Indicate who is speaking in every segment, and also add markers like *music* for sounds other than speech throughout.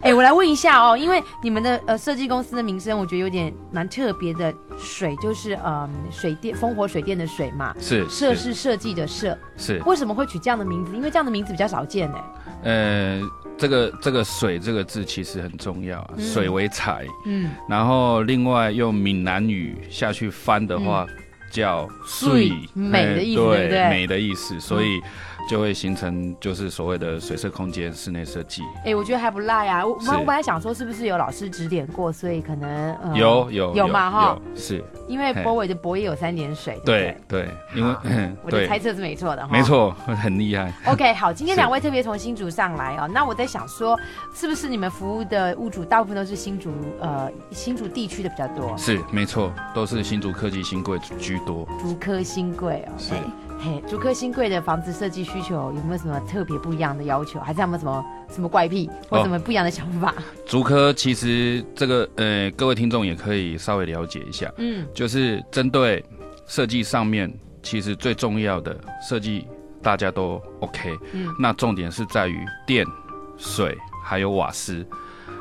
Speaker 1: 哎、我来问一下哦，因为你们的呃设计公司的名声，我觉得有点蛮特别的。水就是呃水电烽火水电的水嘛，
Speaker 2: 是
Speaker 1: 设是设计的设，
Speaker 2: 是
Speaker 1: 为什么会取这样的名字？因为这样的名字比较少见哎。
Speaker 2: 呃，这个这个水这个字其实很重要啊，水为财，
Speaker 1: 嗯，
Speaker 2: 然后另外用闽南语下去翻的话、叫
Speaker 1: 水嗯美的意思
Speaker 2: 哎
Speaker 1: 对不对嗯
Speaker 2: 美的意思，所以就会形成就是所谓的水色空间室内设计。
Speaker 1: 哎、我觉得还不赖啊。我我
Speaker 2: 是
Speaker 1: 我本来想说是不是有老师指点过，所以可能、呃、
Speaker 2: 有有
Speaker 1: 有嘛哈，
Speaker 2: 有是
Speaker 1: 因为
Speaker 2: 嘿
Speaker 1: 博伟的博也有三点水，对不
Speaker 2: 对
Speaker 1: 对？
Speaker 2: 对，因为 *laughs*
Speaker 1: 好我的
Speaker 2: 对
Speaker 1: 猜测是没错的哈，
Speaker 2: 没。错，很厉害。 *laughs*
Speaker 1: OK，好，今天
Speaker 2: 是
Speaker 1: 两位特别从新竹上来哦，那我在想说，是不是你们服务的屋主大部分都是新竹呃新竹地区的比较多，
Speaker 2: 是没错，都是新竹科技新贵居多。
Speaker 1: 竹科新贵哦，
Speaker 2: 是
Speaker 1: 嘿，竹科新贵的房子设计需求有没有什么特别不一样的要求，还是他们什么什么怪癖或
Speaker 2: 哦
Speaker 1: 什么不一样的想法？
Speaker 2: 竹科其实这个呃，各位听众也可以稍微了解一下，
Speaker 1: 嗯，
Speaker 2: 就是针对设计上面，其实最重要的设计大家都 OK，
Speaker 1: 嗯
Speaker 2: 那重点是在于电、水还有瓦斯。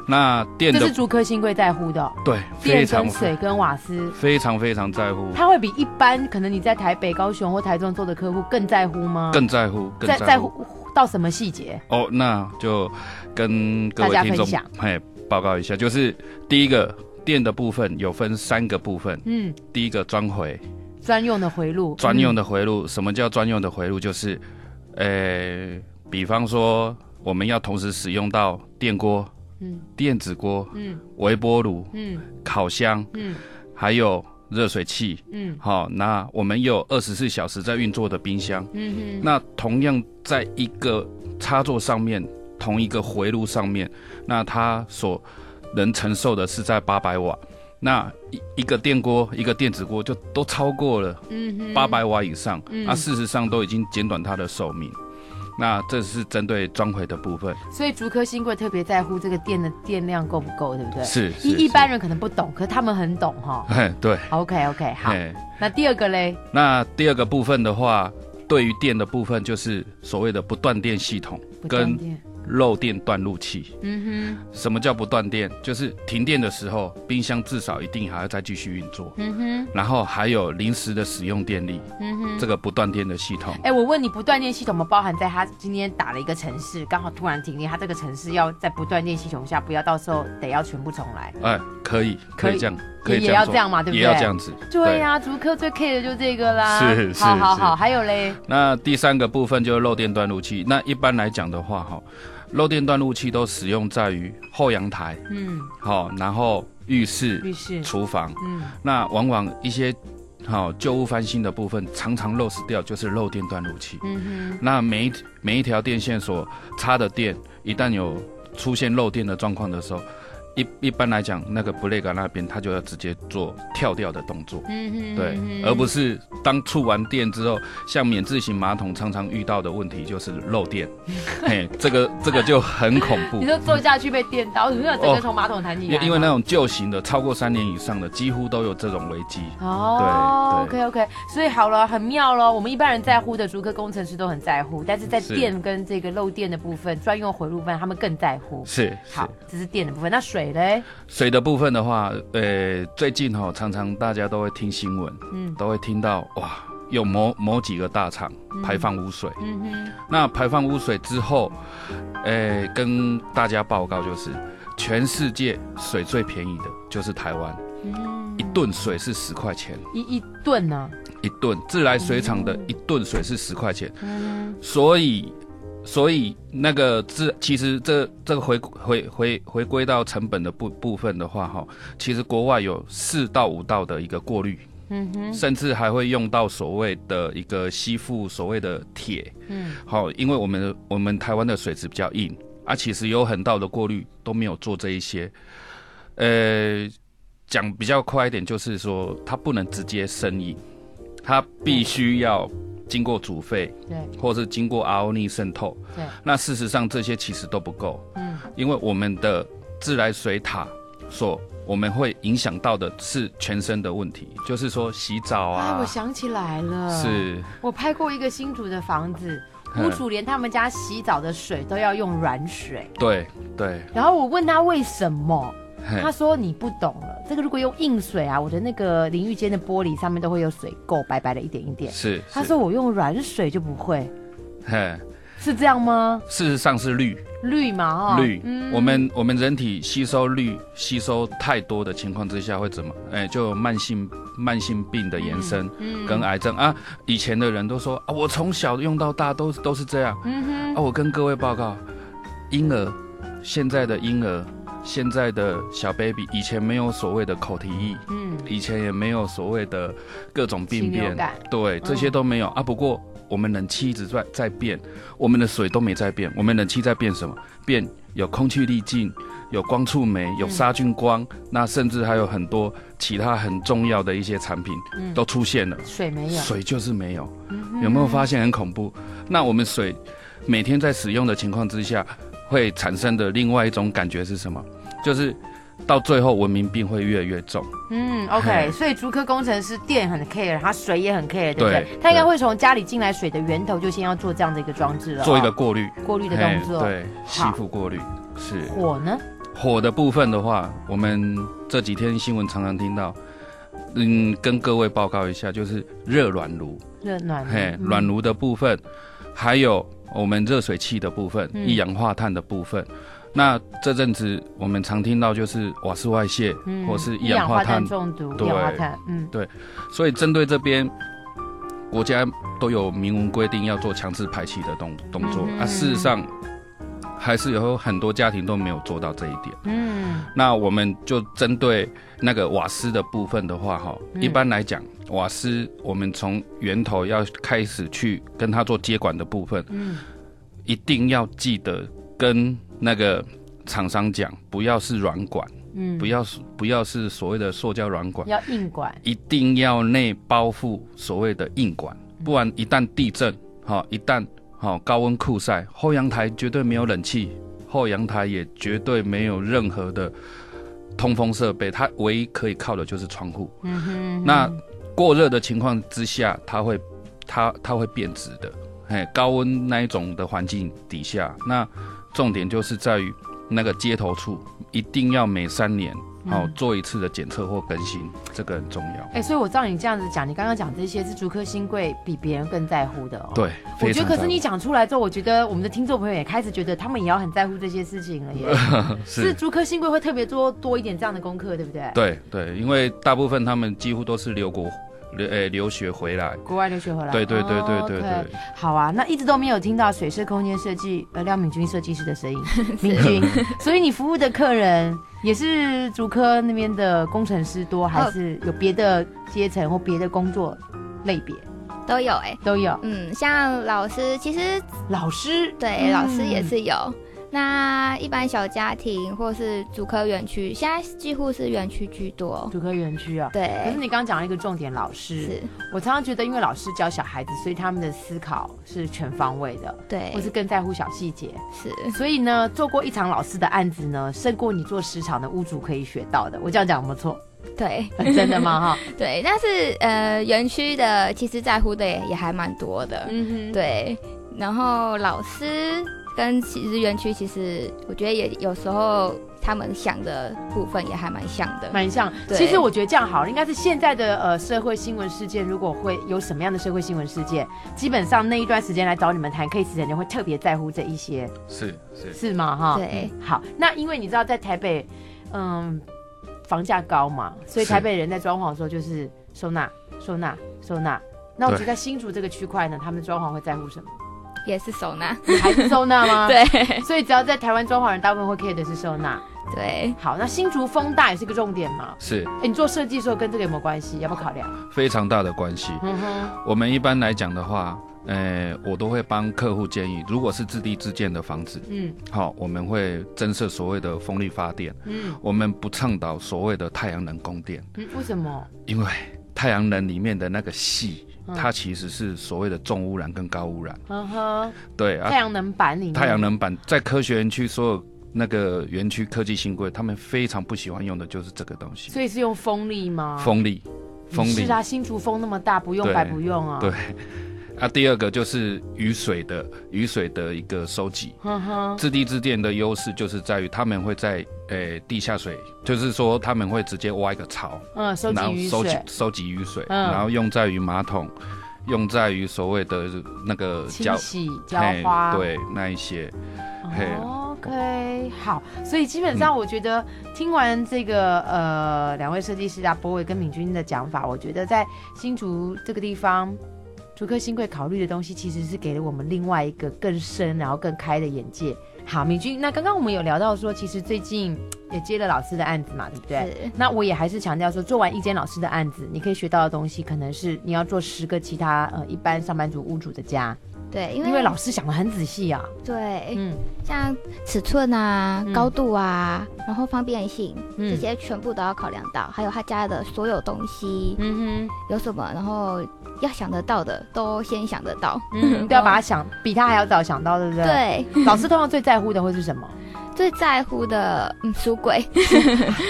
Speaker 2: 那电
Speaker 1: 这
Speaker 2: 的
Speaker 1: 是竹科新贵在乎的哦、
Speaker 2: 对非
Speaker 1: 电
Speaker 2: 常
Speaker 1: 跟水跟瓦斯，
Speaker 2: 非常非常在乎，
Speaker 1: 他会比一般可能你在台北、高雄或台中做的客户更在乎吗？
Speaker 2: 更在乎，更
Speaker 1: 在
Speaker 2: 在
Speaker 1: 在
Speaker 2: 乎
Speaker 1: 乎到什么细节？
Speaker 2: 哦，那就跟各位
Speaker 1: 大家
Speaker 2: 听
Speaker 1: 分
Speaker 2: 众
Speaker 1: 享
Speaker 2: 嘿报告一下，就是第一个电的部分有分三个部分，
Speaker 1: 嗯，
Speaker 2: 第一个专回，
Speaker 1: 专用的回路，嗯
Speaker 2: 专用
Speaker 1: 的
Speaker 2: 的回路，什么叫专用的回路？就是，呃，比方说我们要同时使用到电锅、
Speaker 1: 嗯
Speaker 2: 电子锅、
Speaker 1: 嗯
Speaker 2: 微波炉、
Speaker 1: 嗯
Speaker 2: 烤箱，
Speaker 1: 嗯
Speaker 2: 还有热水器。
Speaker 1: 嗯
Speaker 2: 好、那我们有二十四小时在运作的冰箱。
Speaker 1: 嗯
Speaker 2: 那同样在一个插座上面，同一个回路上面，那它所能承受的是在八百瓦。那一一个电锅、一个电子锅就都超过了
Speaker 1: 嗯哼
Speaker 2: 八百瓦以上，
Speaker 1: 嗯
Speaker 2: 那、事实上都已经减短它的寿命。那这是针对装回的部分，
Speaker 1: 所以竹科新贵特别在乎这个电的电量够不够，对不对？
Speaker 2: 是是
Speaker 1: 一一般
Speaker 2: 人，
Speaker 1: 人可能不懂，可是他们很懂
Speaker 2: *laughs*
Speaker 1: 哈。
Speaker 2: 嘿，对，
Speaker 1: OK OK，好。
Speaker 2: 嘿。
Speaker 1: 那第二个嘞，
Speaker 2: 那第二个部分的话，对于电的部分就是所谓的不断电系统
Speaker 1: 不断
Speaker 2: 跟
Speaker 1: 电，
Speaker 2: 漏电断路器。
Speaker 1: 嗯哼，
Speaker 2: 什么叫不断电？就是停电的时候，冰箱至少一定还要再继续运作，
Speaker 1: 嗯哼，
Speaker 2: 然后还有临时的使用电力，
Speaker 1: 嗯哼。
Speaker 2: 这个不断电的系统。
Speaker 1: 哎、我问你，不断电系统有没有包含在他今天打了一个城市，刚好突然停电，他这个城市要在不断电系统下，不要到时候得要全部重来。
Speaker 2: 哎，可以，可
Speaker 1: 可以
Speaker 2: 以这样，可以
Speaker 1: 也
Speaker 2: 这样
Speaker 1: 要
Speaker 2: 做
Speaker 1: 这样嘛对不
Speaker 2: 也要
Speaker 1: 对
Speaker 2: 这样子，
Speaker 1: 对啊呀、竹科最 care 的就这个啦。
Speaker 2: 是是
Speaker 1: 好好好，
Speaker 2: 是
Speaker 1: 还有嘞，
Speaker 2: 那第三个部分就是漏电断路器。那一般来讲的话，哈，漏电断路器都使用在于后阳台，
Speaker 1: 嗯，
Speaker 2: 好，然后浴室、
Speaker 1: 律师，
Speaker 2: 厨房。
Speaker 1: 嗯，
Speaker 2: 那往往一些好旧屋翻新的部分，常常漏失掉就是漏电断路器。
Speaker 1: 嗯
Speaker 2: 那每一每一条电线所插的电，一旦有出现漏电的状况的时候，一一般来讲，那个布雷格那边他就要直接做跳掉的动作。
Speaker 1: 哼，嗯哼，
Speaker 2: 对
Speaker 1: 嗯，哼
Speaker 2: 而不是当触完电之后，像免治型马桶常常遇到的问题就是
Speaker 1: *laughs*
Speaker 2: 漏电，嘿，这个这个就很恐怖
Speaker 1: 你。说坐下去被电到，你有整个
Speaker 2: 哦
Speaker 1: 从马桶弹起
Speaker 2: 因
Speaker 1: 来吗？
Speaker 2: 因为那种旧型的，超过三年以上的，几乎都有这种危机。
Speaker 1: 哦
Speaker 2: 对
Speaker 1: ，OK OK，所以好了，很妙咯。我们一般人在乎的竹科工程师都很在乎，但是在
Speaker 2: 是
Speaker 1: 电跟这个漏电的部分，专用回路部分他们更在乎。
Speaker 2: 是是
Speaker 1: 好，这是电的部分。那水嘞？
Speaker 2: 水的部分的话，呃，最近哈、常常大家都会听新闻，
Speaker 1: 嗯
Speaker 2: 都会听到哇，有某某几个大厂排放污水。
Speaker 1: 嗯哼，
Speaker 2: 那排放污水之后，呃，跟大家报告就是，全世界水最便宜的就是台湾。
Speaker 1: 嗯
Speaker 2: 一吨水是十块钱，
Speaker 1: 一一吨呢、
Speaker 2: 一吨自来水厂的一吨水是十块钱，
Speaker 1: 嗯，
Speaker 2: 所以，所以那个自其实这这个回回回回归到成本的部部分的话，哈，其实国外有四到五道的一个过滤，
Speaker 1: 嗯哼，
Speaker 2: 甚至还会用到所谓的一个吸附所谓的铁，
Speaker 1: 嗯，
Speaker 2: 好，因为我们的我们台湾的水质比较硬啊，其实有很大的过滤都没有做这一些。呃，讲比较快一点，就是说它不能直接生饮，它必须要经过煮沸，
Speaker 1: 对
Speaker 2: 或是经过 RO 逆渗透。
Speaker 1: 对，
Speaker 2: 那事实上这些其实都不够，
Speaker 1: 嗯，
Speaker 2: 因为我们的自来水塔所我们会影响到的是全身的问题，就是说洗澡
Speaker 1: 哎，我
Speaker 2: 啊，
Speaker 1: 想起来了，
Speaker 2: 是
Speaker 1: 我拍过一个新竹的房子，
Speaker 2: 嗯
Speaker 1: 屋主连他们家洗澡的水都要用软水，
Speaker 2: 对对，
Speaker 1: 然后我问他为什么，
Speaker 2: 嘿
Speaker 1: 他说你不懂了，这个如果用硬水啊，我的那个淋浴间的玻璃上面都会有水垢，白白的一点一点。
Speaker 2: 是
Speaker 1: 他
Speaker 2: 是
Speaker 1: 说我用软水就不会，
Speaker 2: 嘿，
Speaker 1: 是这样吗？
Speaker 2: 事实上是氯
Speaker 1: 绿嘛，哈，
Speaker 2: 氯，我们我们人体吸收氯吸收太多的情况之下会怎么？哎，就有慢性慢性病的延伸。
Speaker 1: 嗯
Speaker 2: 跟癌症啊，以前的人都说啊，我从小用到大都都是这样。
Speaker 1: 嗯
Speaker 2: 啊，我跟各位报告，婴儿现在的婴儿，现在的小 baby，以前没有所谓的口蹄疫，
Speaker 1: 哼，嗯，
Speaker 2: 以前也没有所谓的各种病
Speaker 1: 禽流
Speaker 2: 变，
Speaker 1: 感
Speaker 2: 对，这
Speaker 1: 嗯
Speaker 2: 些都没有、啊。不过我们冷气一直在在变，我们的水都没在变，我们冷气在变什么？变有空气滤镜，有光触媒，有杀菌光，
Speaker 1: 嗯
Speaker 2: 那甚至还有很多其他很重要的一些产品、
Speaker 1: 嗯
Speaker 2: 都出现了。
Speaker 1: 水没有，
Speaker 2: 水就是没有，
Speaker 1: 嗯哼
Speaker 2: 有没有发现很恐怖？那我们水每天在使用的情况之下，会产生的另外一种感觉是什么？就是到最后文明病会越来越重。
Speaker 1: 嗯
Speaker 2: *laughs* 嘿
Speaker 1: ，OK，所以竹科工程师电很 care，他水也很 care，对不
Speaker 2: 对
Speaker 1: 对？他应该
Speaker 2: 对
Speaker 1: 会从家里进来水的源头就先要做这样的一个装置了哦，
Speaker 2: 做一个过滤
Speaker 1: 过滤的
Speaker 2: 嘿
Speaker 1: 动作。，
Speaker 2: 对，吸附过滤是
Speaker 1: 火呢？
Speaker 2: 火的部分的话，我们这几天新闻常常听到，嗯，跟各位报告一下，就是热暖炉，
Speaker 1: 热暖
Speaker 2: 嘿，
Speaker 1: 炉，
Speaker 2: 暖炉的部分，还有我们热水器的部分，
Speaker 1: 嗯
Speaker 2: 一氧化碳的部分。那这阵子我们常听到就是瓦斯外泄，
Speaker 1: 嗯
Speaker 2: 或是一氧化碳，
Speaker 1: 中毒，一
Speaker 2: 对
Speaker 1: 氧化碳，嗯
Speaker 2: 所以针对这边。国家都有明文规定要做强制排气的动动作、
Speaker 1: 嗯
Speaker 2: 啊，事实上还是有很多家庭都没有做到这一点。
Speaker 1: 嗯
Speaker 2: 那我们就针对那个瓦斯的部分的话，哈，
Speaker 1: 嗯
Speaker 2: 一般来讲，瓦斯我们从源头要开始去跟它做接管的部分，
Speaker 1: 嗯，
Speaker 2: 一定要记得跟那个厂商讲，不要是软管，
Speaker 1: 嗯，
Speaker 2: 不要是不要是所谓的塑胶软管，
Speaker 1: 要硬管，
Speaker 2: 一定要内包覆所谓的硬管，
Speaker 1: 嗯
Speaker 2: 不然一旦地震，哈、一旦哈、高温酷晒，后阳台绝对没有冷气，后阳台也绝对没有任何的通风设备，它唯一可以靠的就是窗户。
Speaker 1: 嗯哼，
Speaker 2: 那过热的情况之下，它会它它会变质的。哎，高温那一种的环境底下，那重点就是在于那个接头处，一定要每三年
Speaker 1: 嗯
Speaker 2: 好、做一次的检测或更新，这个很重要。
Speaker 1: 哎，所以我照你这样子讲，你刚刚讲这些是竹科新贵比别人更在乎的哦。。
Speaker 2: 对，
Speaker 1: 我
Speaker 2: 非
Speaker 1: 觉
Speaker 2: 常
Speaker 1: 得，可是你讲出来之后，我觉得我们的听众朋友也开始觉得他们也要很在乎这些事情了耶。是
Speaker 2: *laughs* 是，
Speaker 1: 竹科新贵会特别多多一点这样的功课，对不对？
Speaker 2: 对对，因为大部分他们几乎都是留国留诶、留学回来，
Speaker 1: 国外留学回来。
Speaker 2: 对对对对对
Speaker 1: 哦
Speaker 2: 对
Speaker 1: ，OK，好啊，那一直都没有听到水色空间设计呃廖敏君设计师的声
Speaker 3: *laughs*
Speaker 1: 音，敏君，所以你服务的客人也是竹科那边的工程师多，还是有别的阶层或别的工作类别
Speaker 3: 都有哎、
Speaker 1: 都有？
Speaker 3: 嗯，像老师，其实
Speaker 1: 老师
Speaker 3: 对、
Speaker 1: 嗯
Speaker 3: 老师也是有。那一般小家庭或是主科园区，现在几乎是园区居多。
Speaker 1: 竹科园区啊。可
Speaker 3: 对
Speaker 1: 是，你刚刚讲了一个重点，老师，
Speaker 3: 是，
Speaker 1: 我常常觉得，因为老师教小孩子，所以他们的思考是全方位的，
Speaker 3: 对
Speaker 1: 或，是更在乎小细节。
Speaker 3: 是，
Speaker 1: 所以呢，做过一场老师的案子呢，胜过你做十场的屋主可以学到的。我这样讲有没有错？
Speaker 3: 对，
Speaker 1: *laughs* 真的吗？哈，
Speaker 3: 对。但是呃，园区的其实在乎的也也还蛮多的。
Speaker 1: 嗯哼，
Speaker 3: 对，然后老师跟其实园区其实我觉得也有时候他们想的部分也还蛮像的。
Speaker 1: 蛮像。
Speaker 3: 对
Speaker 1: 其实我觉得这样好了，应该是现在的呃社会新闻事件，如果会有什么样的社会新闻事件，基本上那一段时间来找你们谈 case 的人就会特别在乎这一些，
Speaker 2: 是是，
Speaker 1: 是吗？哈，
Speaker 3: 对
Speaker 1: 好，那因为你知道在台北，嗯，房价高嘛，所以
Speaker 2: 是
Speaker 1: 台北人在装潢的时候就是收纳、收纳、收纳。那我觉得
Speaker 2: 对
Speaker 1: 在新竹这个区块呢，他们装潢会在乎什么？
Speaker 3: 也是手拿，
Speaker 1: 还是收纳吗？。
Speaker 3: 对
Speaker 1: 所以只要在台湾装潢人，大部分会 care 的是收纳。
Speaker 3: 对，
Speaker 1: 好，那新竹风大也是个重点嘛。
Speaker 2: 是
Speaker 1: 哎，你做设计的时候跟这个有没有关系？要不要考量？
Speaker 2: 非常大的关系。
Speaker 1: 嗯哼，
Speaker 2: 我们一般来讲的话，呃，我都会帮客户建议，如果是自地自建的房子，
Speaker 1: 嗯
Speaker 2: 好、我们会增设所谓的风力发电，
Speaker 1: 嗯
Speaker 2: 我们不倡导所谓的太阳能供电，
Speaker 1: 嗯，为什么？
Speaker 2: 因为太阳能里面的那个细
Speaker 1: 嗯
Speaker 2: 它其实是所谓的重污染跟高污染。
Speaker 1: 嗯哼，
Speaker 2: 对啊
Speaker 1: 太，阳能板里面，
Speaker 2: 太阳能板在科学园区所有那个园区科技新贵，他们非常不喜欢用的就是这个东西，
Speaker 1: 所以是用风力吗？
Speaker 2: 风力，风力
Speaker 1: 是。啊，新竹风那么大，不用
Speaker 2: 对
Speaker 1: 白不用啊。
Speaker 2: 对，啊，第二个就是雨水的雨水的一个收集。
Speaker 1: 哼嗯哼，
Speaker 2: 自地自电的优势就是在于他们会在诶、地下水，就是说他们会直接挖一个槽，
Speaker 1: 嗯，收集
Speaker 2: 然后
Speaker 1: 雨
Speaker 2: 收集
Speaker 1: 水，
Speaker 2: 收集雨水，
Speaker 1: 嗯
Speaker 2: 然后用在于马桶，用在于所谓的那个
Speaker 1: 清洗浇花，
Speaker 2: 嘿对那一些，嘿
Speaker 1: 哦 OK，好，所以基本上我觉得听完这个、呃两位设计师啊，博伟跟敏君的讲法，我觉得在新竹这个地方，竹科新贵考虑的东西，其实是给了我们另外一个更深然后更开的眼界。好，敏君，那刚刚我们有聊到说，其实最近也接了老师的案子嘛，对不对？
Speaker 3: 是
Speaker 1: 那我也还是强调说，做完一间老师的案子，你可以学到的东西，可能是你要做十个其他呃一般上班族屋主的家，
Speaker 3: 对，因为
Speaker 1: 因为老师想的很仔细啊。
Speaker 3: 对，
Speaker 1: 嗯
Speaker 3: 像尺寸啊、
Speaker 1: 嗯
Speaker 3: 高度啊，然后方便性这
Speaker 1: 嗯
Speaker 3: 些全部都要考量到，还有他家的所有东西
Speaker 1: 嗯哼。
Speaker 3: 有什么，然后要想得到的都先想得到。 *laughs*
Speaker 1: *laughs* 嗯，不要把它想比他还要早想到，对不对？。
Speaker 3: 对，
Speaker 1: 老师通常最在乎的会是什
Speaker 3: *laughs*
Speaker 1: 么？
Speaker 3: 最在乎的嗯书柜，
Speaker 1: 对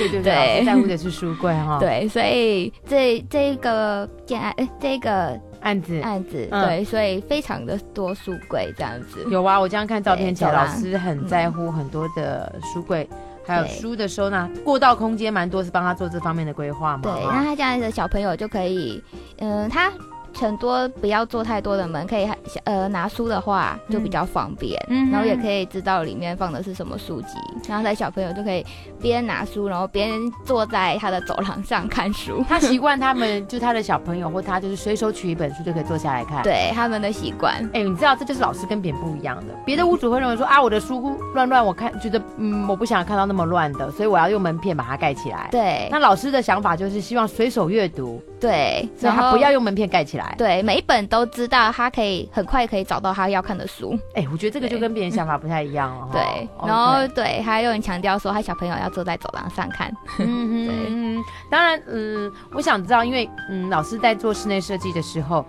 Speaker 1: 对对，
Speaker 3: 对
Speaker 1: 老师在乎的是书柜哈。，
Speaker 3: 对，所以这这个件案，哎，这个
Speaker 1: 案子
Speaker 3: 案子，
Speaker 1: 嗯
Speaker 3: 对，所以非常的多书柜这样子。
Speaker 1: 有啊，我这样看照片起来，
Speaker 3: 对
Speaker 1: 老
Speaker 3: 走啦
Speaker 1: 师很在乎很多的书柜，还有
Speaker 3: 对
Speaker 1: 书的收纳，过道空间蛮多，是帮他做这方面的规划嘛。
Speaker 3: 对，那
Speaker 1: 哈
Speaker 3: 他这样的小朋友就可以，嗯，他很多不要做太多的门，可以呃拿书的话就比较方便，
Speaker 1: 嗯
Speaker 3: 然后也可以知道里面放的是什么书籍，然后在小朋友就可以边拿书，然后边坐在他的走廊上看书。
Speaker 1: 他习惯他们就他的小朋友或他就是随手取一本书就可以坐下来看。。
Speaker 3: 对他们的习惯，
Speaker 1: 哎、你知道这就是老师跟别人不一样的。别的屋主会认为说啊，我的书乱乱，我看觉得嗯，我不想看到那么乱的，所以我要用门片把它盖起来。
Speaker 3: 对
Speaker 1: 那老师的想法就是希望随手阅读，
Speaker 3: 对，
Speaker 1: 所以
Speaker 3: 然
Speaker 1: 他
Speaker 3: 后
Speaker 1: 不要用门片盖起来。
Speaker 3: 对每一本都知道，他可以很快可以找到他要看的书，
Speaker 1: 哎、我觉得这个就跟别人想法不太一样哦了哈。
Speaker 3: 对，
Speaker 1: OK
Speaker 3: 然后对他又很强调说他小朋友要坐在走廊上看，
Speaker 1: 嗯哼
Speaker 3: 对
Speaker 1: 嗯哼，当然，嗯，我想知道，因为嗯，老师在做室内设计的时候，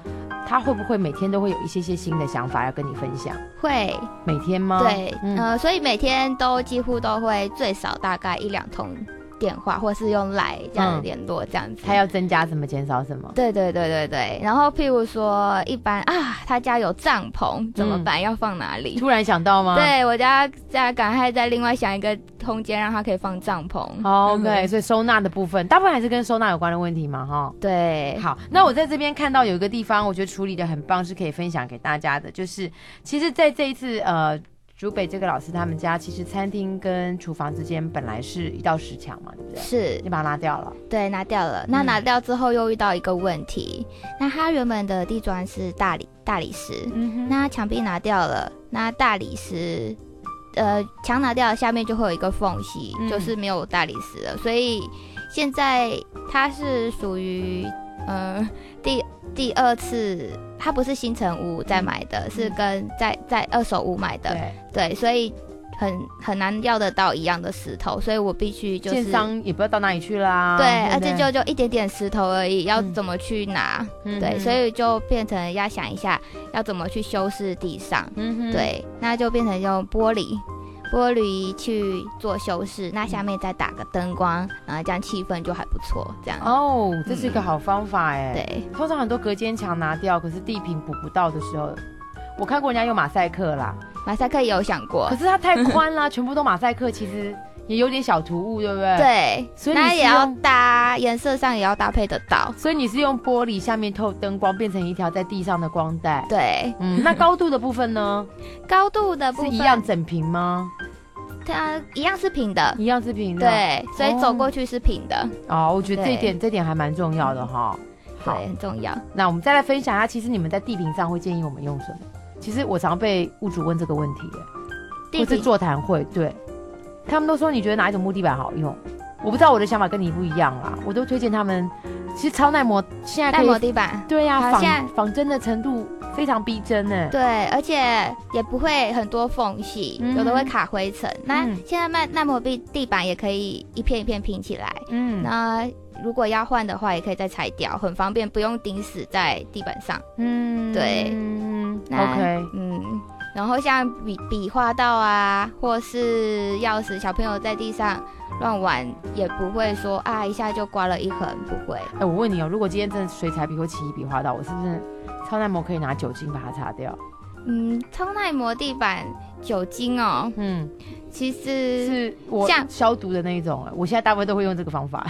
Speaker 1: 他会不会每天都会有一些些新的想法要跟你分享？
Speaker 3: 会
Speaker 1: 每天吗？
Speaker 3: 对，
Speaker 1: 嗯
Speaker 3: 呃，所以每天都几乎都会最少大概一两通电话，或是用来这样
Speaker 1: 嗯
Speaker 3: 联络这样子。
Speaker 1: 他要增加什么，减少
Speaker 3: *laughs*
Speaker 1: 什么？
Speaker 3: 对对对对对，然后譬如说一般啊，他家有帐篷怎么
Speaker 1: 嗯
Speaker 3: 办？要放哪里？
Speaker 1: 突然想到吗？。
Speaker 3: 对我家家赶快再另外想一个空间，让他可以放帐篷。
Speaker 1: 好，OK，所以哦收纳的部分，大部分还是跟收纳有关的问题嘛，哈。
Speaker 3: 对，
Speaker 1: 好，那我在这边看到有一个地方，我觉得处理的很棒，是可以分享给大家的。就是其实在这一次呃，竹北这个老师他们家，其实餐厅跟厨房之间本来是一道石墙嘛，对不对？
Speaker 3: 是
Speaker 1: 你把它拉掉了，
Speaker 3: 对，拿掉了。那
Speaker 1: 嗯
Speaker 3: 拿掉之后又遇到一个问题，那他原本的地砖是大理大理石，
Speaker 1: 嗯哼
Speaker 3: 那墙壁拿掉了，那大理石，呃，墙拿掉了，下面就会有一个缝隙，
Speaker 1: 嗯
Speaker 3: 就是没有大理石了。所以现在它是属于，呃，第第二次，它不是新城屋在买的，是跟在在二手屋买的，
Speaker 1: 嗯对，
Speaker 3: 对，所以很很难要得到一样的石头，所以我必须就是
Speaker 1: 建。商也不知道到哪里去啦，
Speaker 3: 对，
Speaker 1: 不
Speaker 3: 而且就就一点点石头而已，要
Speaker 1: 嗯
Speaker 3: 怎么去拿？
Speaker 1: 嗯
Speaker 3: 对，
Speaker 1: 哼
Speaker 3: 所以就变成要想一下要怎么去修饰地上。
Speaker 1: 嗯哼，
Speaker 3: 对，那就变成用玻璃，玻璃去做修饰，那下面再打个灯光，然后这样气氛就还不错。这样，
Speaker 1: 哦，这是一个好方法哎。，
Speaker 3: 嗯对，
Speaker 1: 通常很多隔间墙拿掉，可是地平补不到的时候。我看过人家用马赛克啦，
Speaker 3: 马赛克也有想过
Speaker 1: 可，是它太宽啦，全部都马赛克，其实也有点小突兀，对不对？
Speaker 3: 对，
Speaker 1: 所以你
Speaker 3: 那
Speaker 1: 是
Speaker 3: 也要
Speaker 1: 用
Speaker 3: 搭颜色上也要搭配得到，
Speaker 1: 所以你是用玻璃下面透灯光变成一条在地上的光带。
Speaker 3: 对， *laughs*
Speaker 1: 嗯，那高度的部分呢？
Speaker 3: 高度的部
Speaker 1: 是
Speaker 3: 分
Speaker 1: 一样，整平吗？
Speaker 3: 它一样是平的。
Speaker 1: 一样是平的。，
Speaker 3: 对，所以走
Speaker 1: 哦
Speaker 3: 过去是平的，
Speaker 1: 哦，我觉得这一
Speaker 3: 对
Speaker 1: 点这点还蛮重要的哈。好
Speaker 3: 对，，很重要。
Speaker 1: 那我们再来分享一下，其实你们在地平上会建议我们用什么？其实我常被屋主问这个问题耶，
Speaker 3: 地
Speaker 1: 或是
Speaker 3: 平
Speaker 1: 座谈会，对，他们都说你觉得哪一种木地板好用？我不知道我的想法跟你不一样啦，我都推荐他们，其实超耐磨现在
Speaker 3: 耐
Speaker 1: 可
Speaker 3: 磨
Speaker 1: 以，
Speaker 3: 地板，
Speaker 1: 对呀、
Speaker 3: 好现在
Speaker 1: 仿仿真的程度非常逼真呢。
Speaker 3: 对，而且也不会很多缝隙，
Speaker 1: 嗯
Speaker 3: 有的会卡灰尘。那
Speaker 1: 嗯
Speaker 3: 现在耐耐磨地地板也可以一片一片拼起来，
Speaker 1: 嗯
Speaker 3: 那如果要换的话，也可以再拆掉，很方便，不用钉死在地板上。
Speaker 1: 嗯，
Speaker 3: 对
Speaker 1: 嗯
Speaker 3: 那
Speaker 1: ，OK，
Speaker 3: 嗯，然后像笔笔画到啊，或是钥匙，小朋友在地上乱玩，也不会说啊一下就刮了一痕，不会。
Speaker 1: 哎、我问你哦，如果今天真的水彩笔或起一笔画到，我是不是超耐磨可以拿酒精把它擦掉？
Speaker 3: 嗯，超耐磨地板酒精哦，
Speaker 1: 嗯，
Speaker 3: 其实
Speaker 1: 是我
Speaker 3: 像
Speaker 1: 消毒的那一种。哎我现在大部分都会用这个方法。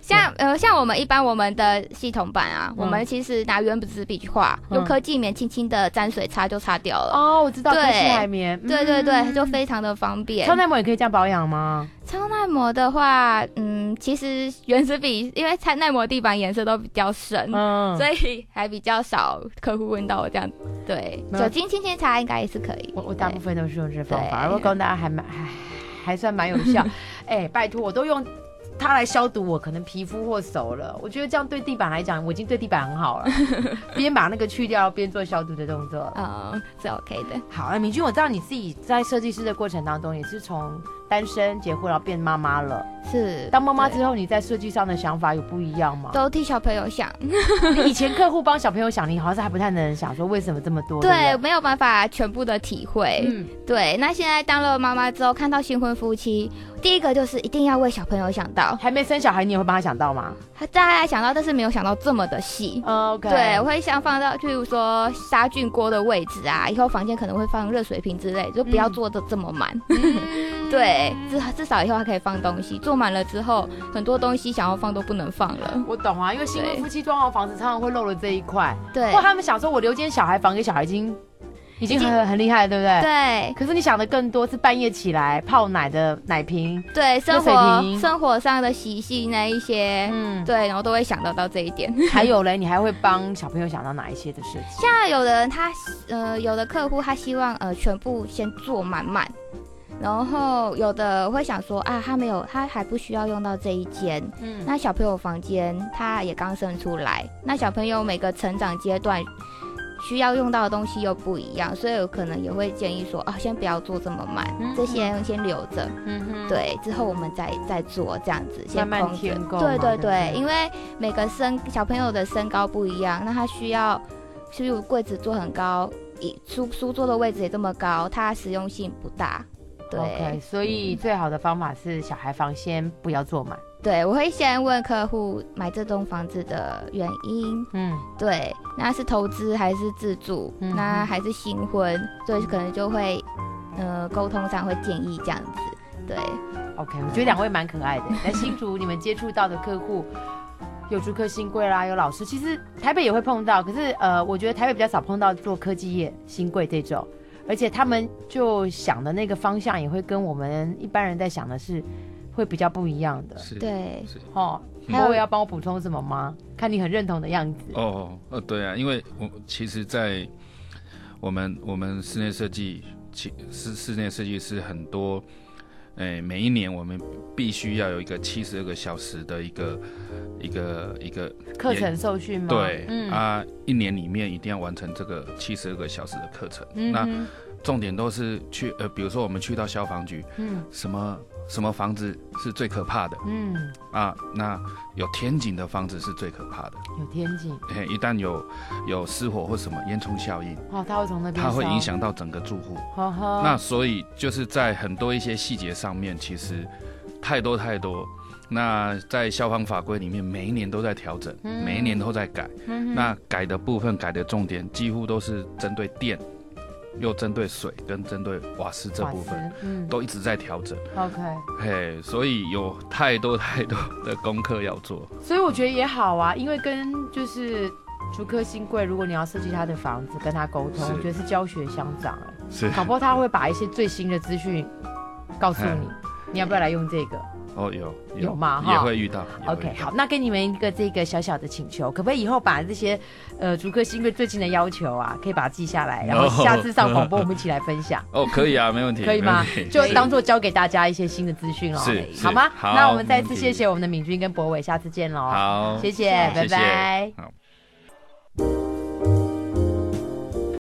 Speaker 3: 像呃像我们一般我们的系统版啊，
Speaker 1: 嗯
Speaker 3: 我们其实拿原子笔去画，
Speaker 1: 嗯
Speaker 3: 用科技棉轻轻的沾水擦就擦掉了。
Speaker 1: 哦，我知道，
Speaker 3: 对
Speaker 1: 科技海绵。
Speaker 3: 对对对，
Speaker 1: 嗯
Speaker 3: 就非常的方便
Speaker 1: 超。耐磨也可以这样保养吗？
Speaker 3: 超耐磨的话，嗯，其实原子笔因为超耐磨地板颜色都比较深，
Speaker 1: 嗯，
Speaker 3: 所以还比较少客户问到我这样。对，
Speaker 1: 没有
Speaker 3: 酒精轻轻擦应该也是可以。
Speaker 1: 我我大部分都是用这方
Speaker 3: 对
Speaker 1: 法，我告诉大家还蛮还还算蛮有
Speaker 3: *laughs*
Speaker 1: 效。哎、拜托，我都用它来消毒我可能皮肤或手了。我觉得这样对地板来讲，我已经对地板很好
Speaker 3: *laughs*
Speaker 1: 了，边把那个去掉，边做消毒的动作。
Speaker 3: 对嗯，是 OK 的。
Speaker 1: 好，那明君，我知道你自己在设计师的过程当中，也是从单身结婚，然后变妈妈了。
Speaker 3: 是
Speaker 1: 当妈妈
Speaker 3: 对
Speaker 1: 之后，你在设计上的想法有不一样吗？
Speaker 3: 都替小朋友想，
Speaker 1: 哦你以前客户帮小朋友想，你好像还不太能想说为什么这么多。
Speaker 3: 对，
Speaker 1: 不
Speaker 3: 没有办法全部的体会。
Speaker 1: 嗯，
Speaker 3: 对，那现在当了妈妈之后，看到新婚夫妻，第一个就是一定要为小朋友想到，
Speaker 1: 还没生小孩，你也会帮他想到吗哦
Speaker 3: 他大概想到，但是没有想到这么的细。
Speaker 1: ？OK，
Speaker 3: 嗯对，我会想放到，譬如说杀菌锅的位置啊，以后房间可能会放热水瓶之类，就不要
Speaker 1: 嗯
Speaker 3: 做的这么满。
Speaker 1: *laughs*
Speaker 3: 对，至至少以后还可以放东西，做满了之后，很多东西想要放都不能放了。
Speaker 1: 我懂啊，因为新婚
Speaker 3: 对
Speaker 1: 夫妻装潢房子常常会漏了这一块，
Speaker 3: 对
Speaker 1: 或他们想说我留间小孩房给小孩已经已经
Speaker 3: 已经
Speaker 1: 很很厉害了，对不对？。
Speaker 3: 对
Speaker 1: 可是你想的更多是半夜起来泡奶的奶瓶，
Speaker 3: 对，生
Speaker 1: 水
Speaker 3: 活
Speaker 1: 瓶
Speaker 3: 生活上的习性那一些，
Speaker 1: 嗯，
Speaker 3: 对，然后都会想得到这一点。
Speaker 1: 还有嘞，你还会帮小朋友想到哪一些的事情？
Speaker 3: 像有的人他呃，有的客户他希望呃全部先做满满，然后有的会想说啊，他没有，他还不需要用到这一间。
Speaker 1: 嗯，
Speaker 3: 那小朋友房间他也刚生出来，那小朋友每个成长阶段需要用到的东西又不一样，所以有可能也会建议说啊，先不要做这么满
Speaker 1: 嗯，
Speaker 3: 这些先留着，对，之后我们再再做这样子，先
Speaker 1: 慢慢
Speaker 3: 空着
Speaker 1: 添购嘛
Speaker 3: 对对
Speaker 1: 对不
Speaker 3: 对
Speaker 1: 对，
Speaker 3: 因为每个身小朋友的身高不一样，那他需要，譬如柜子做很高，椅书书桌的位置也这么高，它实用性不大。对
Speaker 1: OK，所以最好的方法是小孩房先不要坐满，
Speaker 3: 对，我会先问客户买这栋房子的原因，
Speaker 1: 嗯，
Speaker 3: 对，那是投资还是自住？
Speaker 1: 嗯
Speaker 3: 那还是新婚？所以可能就会，呃，沟通上会建议这样子。对，
Speaker 1: OK，我觉得两位蛮可
Speaker 2: *laughs*
Speaker 1: 爱的。在新竹，你们接触到的客户有竹科新贵啦，有老师，其实台北也会碰到，可是呃，我觉得台北比较少碰到做科技业新贵这种，而且他们就想的那个方向也会跟我们一般人在想的是会比较不一样的。
Speaker 2: 是，
Speaker 3: 对，
Speaker 2: 是。
Speaker 1: 哦，
Speaker 3: 还有
Speaker 1: 我也要帮我补充什么吗？看你很认同的样子。
Speaker 2: 哦，呃，对啊，因为我其实，在我们我们室内设计，其室室内设计师很多，哎，每一年我们必须要有一个七十二个小时的一个一个一个，
Speaker 1: 课程受训吗？
Speaker 2: 对、
Speaker 1: 嗯
Speaker 2: 啊，一年里面一定要完成这个七十二个小时的课程。
Speaker 1: 嗯
Speaker 2: 那
Speaker 1: 哼
Speaker 2: 重点都是去呃，比如说我们去到消防局，
Speaker 1: 嗯
Speaker 2: 什么什么房子是最可怕的
Speaker 1: 嗯，
Speaker 2: 啊？那有天井的房子是最可怕的。
Speaker 1: 有天井
Speaker 2: 嘿，一旦有有失火或什么烟囱效应，
Speaker 1: 哦，它会从那边
Speaker 2: 它会
Speaker 1: 烧
Speaker 2: 影，响到整个住户。
Speaker 1: 呵呵
Speaker 2: 那所以就是在很多一些细节上面，其实太多太多。那在消防法规里面，每一年都在调整，
Speaker 1: 嗯
Speaker 2: 每一年都在改。那改的部分、改的重点，几乎都是针对电，又针对水，跟针对瓦斯这部分，
Speaker 1: 瓦斯嗯
Speaker 2: 都一直在调整。
Speaker 1: ，OK。
Speaker 2: 嘿，所以有太多太多的功课要做。
Speaker 1: 所以我觉得也好啊，因为跟就是竹科新贵，如果你要设计他的房子，跟他沟通，
Speaker 2: 是
Speaker 1: 我觉得是教学相长、欸。
Speaker 2: 是
Speaker 1: 搞不好他会把一些最新的资讯告诉你，你要不要来用这个？
Speaker 2: 哦，有
Speaker 1: 有嘛哈
Speaker 2: 也会遇到。也会
Speaker 1: OK，
Speaker 2: 遇到
Speaker 1: 好，那给你们一个这个小小的请求，可不可以以后把这些呃竹科新贵最近的要求啊，可以把它记下来，然后下次上广播我们一起来分 *laughs* 享。
Speaker 2: 哦，可以啊，没问题，
Speaker 1: 可以吗
Speaker 2: 没问题？
Speaker 1: 就是当做教给大家一些新的资讯喽
Speaker 2: 是，是
Speaker 1: 好吗？
Speaker 2: 好
Speaker 1: 那我们再次
Speaker 2: 没问题
Speaker 1: 谢谢我们的敏君跟博伟，下次见喽。
Speaker 2: 好，
Speaker 1: 谢谢，
Speaker 3: 谢
Speaker 1: 拜
Speaker 3: 谢
Speaker 1: 拜。
Speaker 2: 好。